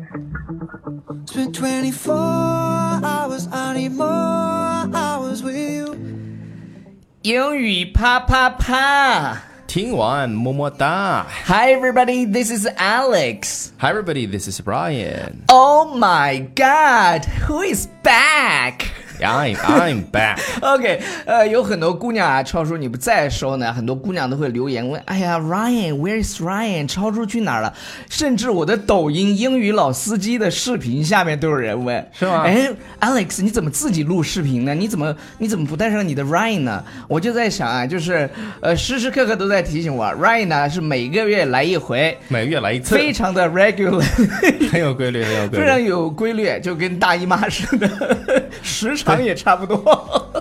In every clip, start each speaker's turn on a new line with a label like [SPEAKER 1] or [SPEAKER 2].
[SPEAKER 1] It's been 24 hours, I need more hours with you.
[SPEAKER 2] 英语啪啪啪
[SPEAKER 3] 听完么么哒
[SPEAKER 2] ！Hi everybody, this is Alex.
[SPEAKER 3] ！Hi everybody, this is Brian.
[SPEAKER 2] Oh my God, who is back?
[SPEAKER 3] I'm I'm back.
[SPEAKER 2] OK，呃，有很多姑娘啊，超叔你不在的时候呢，很多姑娘都会留言问：“哎呀，Ryan，Where is Ryan？超叔去哪儿了？”甚至我的抖音英语老司机的视频下面都有人问：“
[SPEAKER 3] 是吗
[SPEAKER 2] 哎，Alex，你怎么自己录视频呢？你怎么你怎么不带上你的 Ryan 呢？”我就在想啊，就是呃，时时刻刻都在提醒我，Ryan 呢是每个月来一回，
[SPEAKER 3] 每月来一次，
[SPEAKER 2] 非常的 regular，
[SPEAKER 3] 很有规律，很有规
[SPEAKER 2] 非常
[SPEAKER 3] 律。
[SPEAKER 2] 有规律，就跟大姨妈似的， 时长也差不多。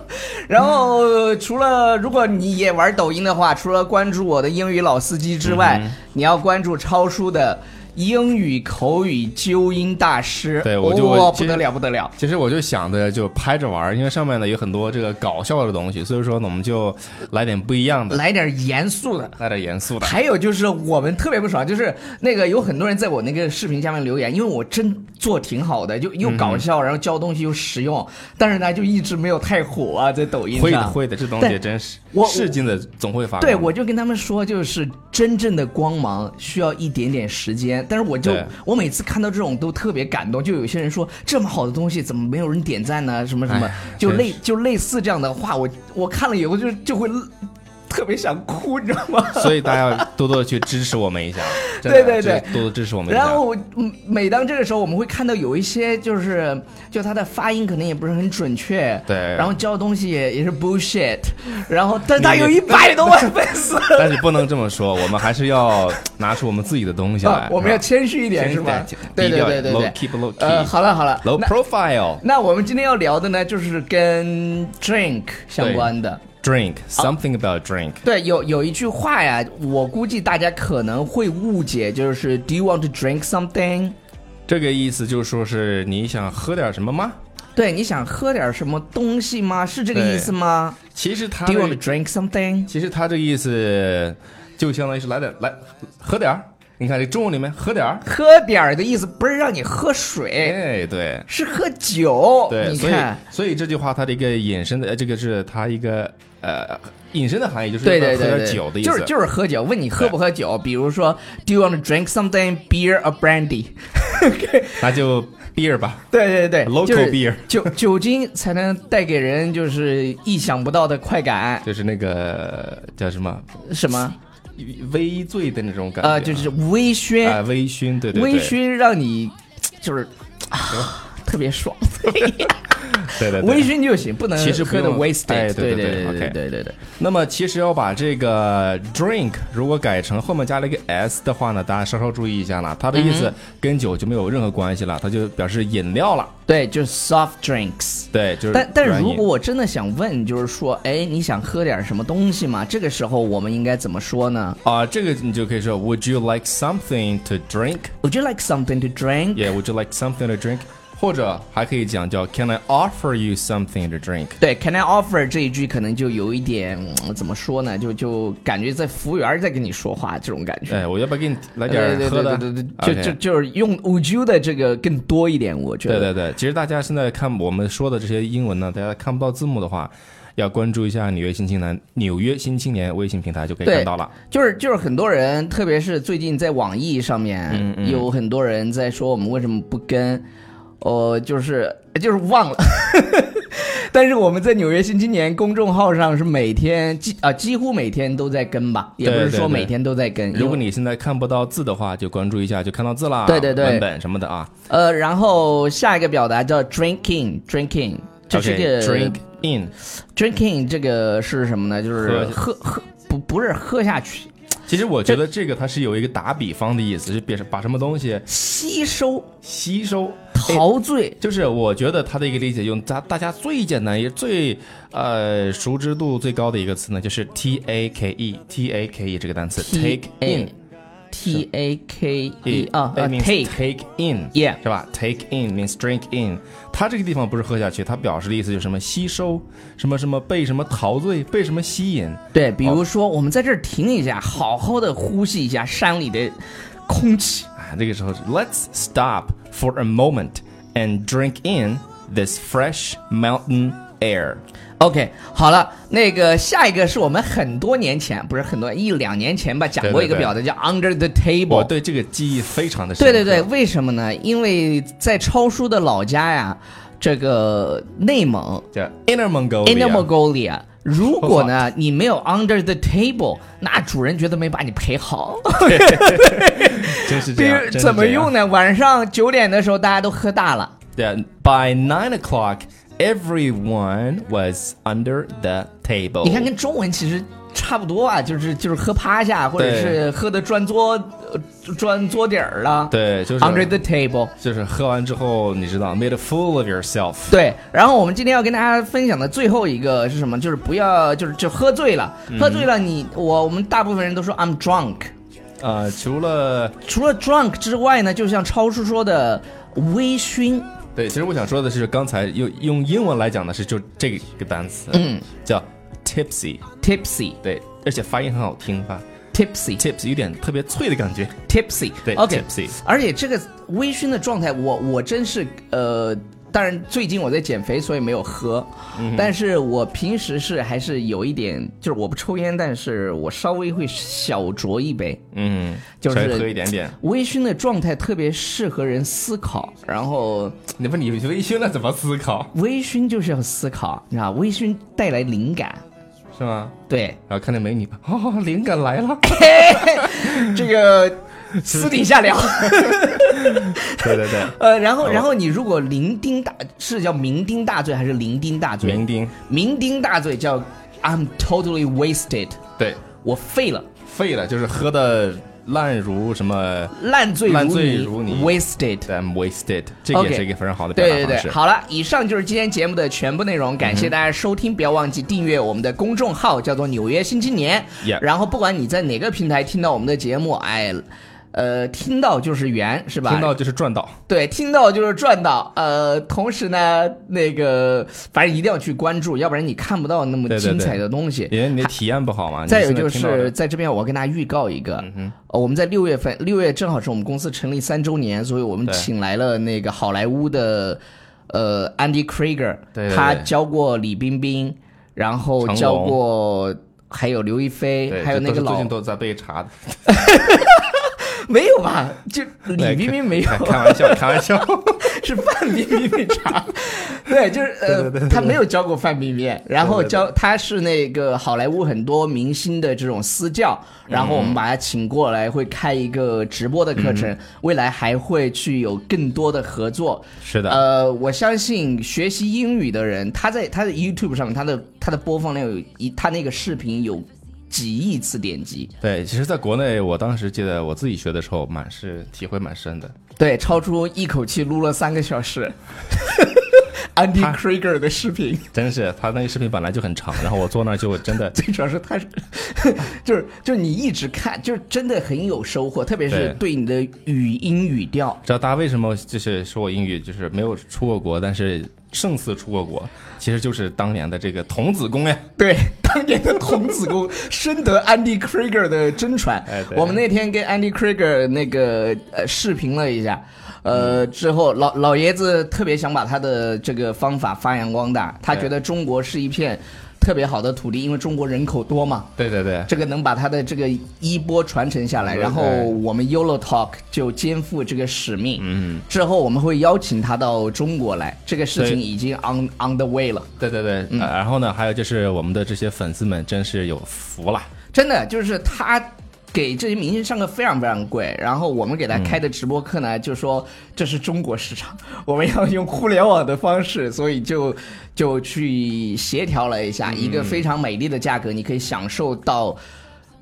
[SPEAKER 2] 然后呃除了如果你也玩抖音的话，除了关注我的英语老司机之外，
[SPEAKER 3] 嗯
[SPEAKER 2] 你要关注超叔的英语口语纠音大师。
[SPEAKER 3] 对我就
[SPEAKER 2] 哇
[SPEAKER 3] 我
[SPEAKER 2] 不得了不得了。
[SPEAKER 3] 其实我就想着就拍着玩儿，因为上面呢有很多这个搞笑的东西，所以说呢我们就来点不一 样的，
[SPEAKER 2] 来点严肃的。
[SPEAKER 3] 来点严肃的。
[SPEAKER 2] 还有就是我们特别不爽，就是那个有很多人在我那个视频下面留言，因为我真做挺好的，就又搞
[SPEAKER 3] 嗯
[SPEAKER 2] 笑，然后教东西又实用，但是呢就一直没有太火啊，在抖音上。
[SPEAKER 3] 会的，会的，这东
[SPEAKER 2] 对
[SPEAKER 3] 西真是
[SPEAKER 2] 我
[SPEAKER 3] 是金子总会发光的。
[SPEAKER 2] 对，我就跟他们说，就是真正的光芒需要一点点时间。但是我就
[SPEAKER 3] 对
[SPEAKER 2] 我每次看到这种都特别感动，就有些人说这么好的东西怎么没有人点赞呢？什么什么
[SPEAKER 3] 哎，
[SPEAKER 2] 就
[SPEAKER 3] 真
[SPEAKER 2] 类
[SPEAKER 3] 是
[SPEAKER 2] 就类似这样的话，我我看了以后就就会特别想哭，你知道吗？
[SPEAKER 3] 所以大家要多多地去支持我们一下，真
[SPEAKER 2] 对
[SPEAKER 3] 的
[SPEAKER 2] 对对
[SPEAKER 3] 就是多多支持我们一下。
[SPEAKER 2] 然后我嗯每当这个时候，我们会看到有一些就是就他的发音可能也不是很准确，
[SPEAKER 3] 对
[SPEAKER 2] 然后教的东西也也是 bullshit，然后但他
[SPEAKER 3] 你
[SPEAKER 2] 有一百多万粉丝。
[SPEAKER 3] 但是不能这么说，我们还是要拿出我们自己的东西来
[SPEAKER 2] 啊。，我们要
[SPEAKER 3] 是吧
[SPEAKER 2] 谦虚一点
[SPEAKER 3] 谦虚
[SPEAKER 2] 是吧
[SPEAKER 3] 一点？
[SPEAKER 2] 对
[SPEAKER 3] 低
[SPEAKER 2] 对
[SPEAKER 3] 调
[SPEAKER 2] 对对对
[SPEAKER 3] low keep low
[SPEAKER 2] 呃，
[SPEAKER 3] key
[SPEAKER 2] 好了好了
[SPEAKER 3] low
[SPEAKER 2] 那
[SPEAKER 3] profile
[SPEAKER 2] 那我们今天要聊的呢，就是跟 drink 相关的。
[SPEAKER 3] drink something about drink。
[SPEAKER 2] 对，有有一句话呀，我估计大家可能会误解，就是 Do you want to drink something？
[SPEAKER 3] 这个意思就是说是你想喝点什么吗？
[SPEAKER 2] 对，你想喝点什么东西吗？是这个
[SPEAKER 3] 对
[SPEAKER 2] 意思吗
[SPEAKER 3] 其实他
[SPEAKER 2] ？Do you want to
[SPEAKER 3] 的
[SPEAKER 2] drink something？
[SPEAKER 3] 其实他这个意思就相当于是来点来喝点儿。你看这中文里面喝点儿，
[SPEAKER 2] 喝点儿的意思不是让你喝水，
[SPEAKER 3] 哎，对。
[SPEAKER 2] 是喝酒。
[SPEAKER 3] 对，
[SPEAKER 2] 你
[SPEAKER 3] 所以
[SPEAKER 2] 看，
[SPEAKER 3] 所以这句话它的一个引申的，呃这个是它一个呃引申的含义，就是
[SPEAKER 2] 对
[SPEAKER 3] 喝
[SPEAKER 2] 对对
[SPEAKER 3] 点
[SPEAKER 2] 对，
[SPEAKER 3] 酒的意思，
[SPEAKER 2] 就是就是喝酒，问你喝不喝酒。比如说，Do you want to drink something, beer or brandy？
[SPEAKER 3] 那就 beer 吧，
[SPEAKER 2] 对对对
[SPEAKER 3] Local
[SPEAKER 2] 就是
[SPEAKER 3] beer
[SPEAKER 2] 酒酒精才能带给人就是意想不到的快感，
[SPEAKER 3] 就是那个叫什么
[SPEAKER 2] 什么
[SPEAKER 3] 微醉的那种感觉啊，
[SPEAKER 2] 呃，就是微醺，
[SPEAKER 3] 啊微醺，对对对，
[SPEAKER 2] 微醺让你就是啊特别爽，
[SPEAKER 3] 对对对
[SPEAKER 2] 微醺就行，不能
[SPEAKER 3] 其实不
[SPEAKER 2] 喝的
[SPEAKER 3] 用
[SPEAKER 2] wasted，、
[SPEAKER 3] 哎
[SPEAKER 2] 对对对
[SPEAKER 3] 对对对
[SPEAKER 2] 对
[SPEAKER 3] OK
[SPEAKER 2] 对对对
[SPEAKER 3] 那么其实要把这个 drink 如果改成后面加了一个 s 的话呢，大家稍稍注意一下了，它的意
[SPEAKER 2] 嗯
[SPEAKER 3] 思跟酒就没有任何关系了，它就表示饮料了。
[SPEAKER 2] 对，就是 soft drinks。
[SPEAKER 3] 对，就是
[SPEAKER 2] 但但是
[SPEAKER 3] 软饮
[SPEAKER 2] 如果我真的想问，就是说，哎，你想喝点什么东西吗？这个时候我们应该怎么说呢
[SPEAKER 3] 啊、这个你就可以说 Would you like something to drink?
[SPEAKER 2] ？Would you like something to drink？
[SPEAKER 3] Yeah, would you like something to drink? 或者还可以讲叫 Can I offer you something to drink?
[SPEAKER 2] 对，Can I offer 这一句可能就有一点、嗯怎么说呢？就就感觉在服务员在跟你说话这种感觉。
[SPEAKER 3] 哎，我要不要给你来
[SPEAKER 2] 对
[SPEAKER 3] 点儿
[SPEAKER 2] 呃对
[SPEAKER 3] 喝
[SPEAKER 2] 对
[SPEAKER 3] 的？
[SPEAKER 2] 对对对，就
[SPEAKER 3] OK
[SPEAKER 2] 就就是用 Would you 的这个更多一点，我觉得。
[SPEAKER 3] 对对对，其实大家现在看我们说的这些英文呢，大家看不到字幕的话，要关注一下纽约新青年纽约新青年微信平台就可以
[SPEAKER 2] 对
[SPEAKER 3] 看到了。
[SPEAKER 2] 就是就是很多人，特别是最近在网易上面，
[SPEAKER 3] 嗯
[SPEAKER 2] 有很多人在说我们为什么不跟，呃，就是就是忘了。 但是我们在纽约新青年公众号上是每天几啊、几乎每天都在跟吧，也不是
[SPEAKER 3] 对对
[SPEAKER 2] 说
[SPEAKER 3] 对
[SPEAKER 2] 每天都在跟。
[SPEAKER 3] 如
[SPEAKER 2] 因为
[SPEAKER 3] 果你现在看不到字的话，就关注一下，就看到字啦，
[SPEAKER 2] 对对对
[SPEAKER 3] 文本什么的啊。
[SPEAKER 2] 呃，然后下一个表达叫 drinking，drinking，这是
[SPEAKER 3] OK，
[SPEAKER 2] 个
[SPEAKER 3] drink in。
[SPEAKER 2] drinking 这个是什么呢？就是喝
[SPEAKER 3] 喝
[SPEAKER 2] 喝不不是喝下去，
[SPEAKER 3] 其实我觉得这个它是有一个打比方的意思，是别把什么东西
[SPEAKER 2] 吸收
[SPEAKER 3] 吸收。
[SPEAKER 2] 陶醉。
[SPEAKER 3] 就是我觉得他的一个理解，用大大家最简单也最呃熟知度最高的一个词呢，就是 T A K E T A K E 这个单词
[SPEAKER 2] T
[SPEAKER 3] take
[SPEAKER 2] A
[SPEAKER 3] in。
[SPEAKER 2] T A K E 啊
[SPEAKER 3] it
[SPEAKER 2] ，take
[SPEAKER 3] uh, means take in
[SPEAKER 2] Yeah
[SPEAKER 3] 是吧？Take in means drink in。它这个地方不是喝下去，它表示的意思就是什么吸收，什么什么被什么陶醉，被什么吸引。
[SPEAKER 2] 对，比如说我们在这儿停一下，好好的呼吸一下山里的空气。
[SPEAKER 3] 啊，这个时候是 Let's stop for a moment and drink in this fresh mountain air。
[SPEAKER 2] OK，好了，那个下一个是我们很多年前，不是很多一两年前吧，讲过一个
[SPEAKER 3] 对对对
[SPEAKER 2] 表的叫 Under the
[SPEAKER 3] 我
[SPEAKER 2] Table。
[SPEAKER 3] 对这个记忆非常的深
[SPEAKER 2] 对
[SPEAKER 3] 刻。
[SPEAKER 2] 对对，为什么呢？因为在超叔的老家呀，这个内蒙
[SPEAKER 3] 叫 Inner Mongolia。
[SPEAKER 2] （Inner Mongolia），如果呢你没有 Under the Table，那主人绝对没把你陪好。
[SPEAKER 3] 真是这
[SPEAKER 2] 比
[SPEAKER 3] 样。
[SPEAKER 2] 如
[SPEAKER 3] 真是
[SPEAKER 2] 怎么
[SPEAKER 3] 这样
[SPEAKER 2] 用呢？晚上九点的时候大家都喝大了。
[SPEAKER 3] that by nine o'clock, everyone was under the table.
[SPEAKER 2] 你看，跟中文其实差不多啊，就是就是喝趴下，或者
[SPEAKER 3] 对
[SPEAKER 2] 是喝的转桌呃转桌底儿了。
[SPEAKER 3] 对，就是
[SPEAKER 2] Under the table，
[SPEAKER 3] 就是喝完之后，你知道，made a fool of yourself。
[SPEAKER 2] 对。然后我们今天要跟大家分享的最后一个是什么？就是不要，就是就喝醉了，
[SPEAKER 3] 嗯
[SPEAKER 2] 喝醉了你我我们大部分人都说 I'm drunk，
[SPEAKER 3] 呃，除了
[SPEAKER 2] 除了 drunk 之外呢，就像超叔说的微醺，
[SPEAKER 3] 对，其实我想说的是，刚才用用英文来讲的是，就这个单词，嗯，叫 tipsy，
[SPEAKER 2] tipsy，tipsy，tipsy，
[SPEAKER 3] 对，而且发音很好听吧，tips 有点特别脆的感觉，
[SPEAKER 2] tipsy，
[SPEAKER 3] 对
[SPEAKER 2] OK，
[SPEAKER 3] tipsy
[SPEAKER 2] 而且这个微醺的状态，我我真是呃，当然最近我在减肥，所以没有喝，
[SPEAKER 3] 嗯
[SPEAKER 2] 但是我平时是还是有一点，就是我不抽烟，但是我稍微会小酌一杯。
[SPEAKER 3] 嗯，
[SPEAKER 2] 就是
[SPEAKER 3] 稍微喝一点点。
[SPEAKER 2] 微醺的状态特别适合人思考，然后
[SPEAKER 3] 你问你微醺了怎么思考
[SPEAKER 2] 微醺就是要思考，你知道，微醺带来灵感，
[SPEAKER 3] 是吗？
[SPEAKER 2] 对，
[SPEAKER 3] 然后看见美女，哦，灵感来了。
[SPEAKER 2] 这个私底下 聊。
[SPEAKER 3] 对对 对，
[SPEAKER 2] 呃，然后
[SPEAKER 3] 好吧
[SPEAKER 2] 然后你如果酩酊大是叫酩酊大醉还是酩酊大醉？
[SPEAKER 3] 酩酊，
[SPEAKER 2] 酩酊大醉叫 I'm totally wasted，
[SPEAKER 3] 对，
[SPEAKER 2] 我废了，
[SPEAKER 3] 废了，就是喝的烂如什么
[SPEAKER 2] 烂醉
[SPEAKER 3] 烂醉如
[SPEAKER 2] 泥
[SPEAKER 3] 泥
[SPEAKER 2] wasted。
[SPEAKER 3] ，I'm wasted，这个
[SPEAKER 2] OK
[SPEAKER 3] 也是一个非常好的表达
[SPEAKER 2] 对对
[SPEAKER 3] 方
[SPEAKER 2] 对，
[SPEAKER 3] 式。
[SPEAKER 2] 好了，以上就是今天节目的全部内容，感谢大家收听，不要忘记订阅我们的公众号，叫做《纽约新青年》。
[SPEAKER 3] Yeah
[SPEAKER 2] 然后不管你在哪个平台听到我们的节目，哎，呃，听到就是缘，是吧？
[SPEAKER 3] 听到就是赚到，
[SPEAKER 2] 对，听到就是赚到。呃，同时呢，那个反正一定要去关注，要不然你看不到那么
[SPEAKER 3] 对对对
[SPEAKER 2] 精彩的东西。
[SPEAKER 3] 因为你的体验不好嘛。你
[SPEAKER 2] 再有
[SPEAKER 3] 现在
[SPEAKER 2] 就
[SPEAKER 3] 听到的嗯
[SPEAKER 2] 是在这边，我要跟大家预告一个，呃，我们在六月份，六月正好是我们公司成立三周年，所以我们
[SPEAKER 3] 对
[SPEAKER 2] 请来了那个好莱坞的呃 Andy Krieger，
[SPEAKER 3] 对对对
[SPEAKER 2] 他教过李冰冰，然后
[SPEAKER 3] 成龙
[SPEAKER 2] 教过还有刘亦菲，
[SPEAKER 3] 对
[SPEAKER 2] 还有
[SPEAKER 3] 这
[SPEAKER 2] 那
[SPEAKER 3] 都
[SPEAKER 2] 个
[SPEAKER 3] 是最
[SPEAKER 2] 老
[SPEAKER 3] 近都在被查的，
[SPEAKER 2] 没有吧？ 就李冰冰没有
[SPEAKER 3] 开，开玩笑，开玩笑。
[SPEAKER 2] 是范冰冰被查，对，就是呃，他没有教过范冰冰，然后教他是那个好莱坞很多明星的这种私教，然后我
[SPEAKER 3] 嗯
[SPEAKER 2] 们把他请过来，会开一个直播的课程，未来还会去有更多的合作。
[SPEAKER 3] 是的，
[SPEAKER 2] 呃，我相信学习英语的人，他在他的 YouTube 上面，他的他的播放量有一，他那个视频有几亿次点击，
[SPEAKER 3] 对，其实在国内，我当时记得我自己学的时候，蛮是体会蛮深的。
[SPEAKER 2] 对，超出一口气录了三个小时 ，Andy Krieger 的视频。
[SPEAKER 3] 真是，他那个视频本来就很长，然后我坐那儿就真 的
[SPEAKER 2] 最主要是他是，就是就是你一直看，就是真的很有收获，特别是对你的语音语调。
[SPEAKER 3] 知道大家为什么就是说我英语就是没有出过国，但是胜似出过国，其实就是当年的这个童子功呀。
[SPEAKER 2] 对， 当年的童子功深得 Andy Krieger 的真传。
[SPEAKER 3] 哎对
[SPEAKER 2] 我们那天跟 Andy Krieger 那个呃视频了一下，呃，
[SPEAKER 3] 嗯
[SPEAKER 2] 之后老老爷子特别想把他的这个方法发扬光大，他
[SPEAKER 3] 对
[SPEAKER 2] 觉得中国是一片特别好的土地，因为中国人口多嘛。
[SPEAKER 3] 对对对，
[SPEAKER 2] 这个能把他的这个衣钵传承下来，
[SPEAKER 3] 对
[SPEAKER 2] 然后我们 Yolo Talk 就肩负这个使命。嗯，之后我们会邀请他到中国来，这个事情
[SPEAKER 3] 对
[SPEAKER 2] 已经 on on the way 了。
[SPEAKER 3] 对对对，
[SPEAKER 2] 嗯
[SPEAKER 3] 呃然后呢，还有就是我们的这些粉丝们真是有福了，
[SPEAKER 2] 真的就是他给这些明星上课非常非常贵，然后我们给他开的直播课呢，就说这是中国市场，我们要用互联网的方式，所以就 就去协调了一下，一个非常美丽的价格，你可以享受到。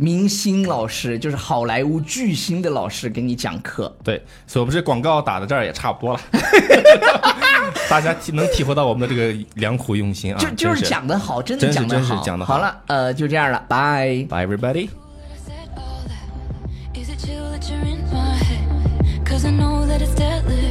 [SPEAKER 2] 明星老师就是好莱坞巨星的老师给你讲课，
[SPEAKER 3] 对，所以我们这广告打到这儿也差 不多了，大家体能体会到我们的这个良苦用心啊，
[SPEAKER 2] 就就
[SPEAKER 3] 真
[SPEAKER 2] 是
[SPEAKER 3] 是
[SPEAKER 2] 讲的好，真的
[SPEAKER 3] 真是
[SPEAKER 2] 讲的
[SPEAKER 3] 真是
[SPEAKER 2] 好，
[SPEAKER 3] 讲得
[SPEAKER 2] 好
[SPEAKER 3] 好
[SPEAKER 2] 了，呃，就这样了，拜。
[SPEAKER 3] ，Bye everybody。
[SPEAKER 4] I said all that Is it chill that you're in my head? Cause I know that it's deadly.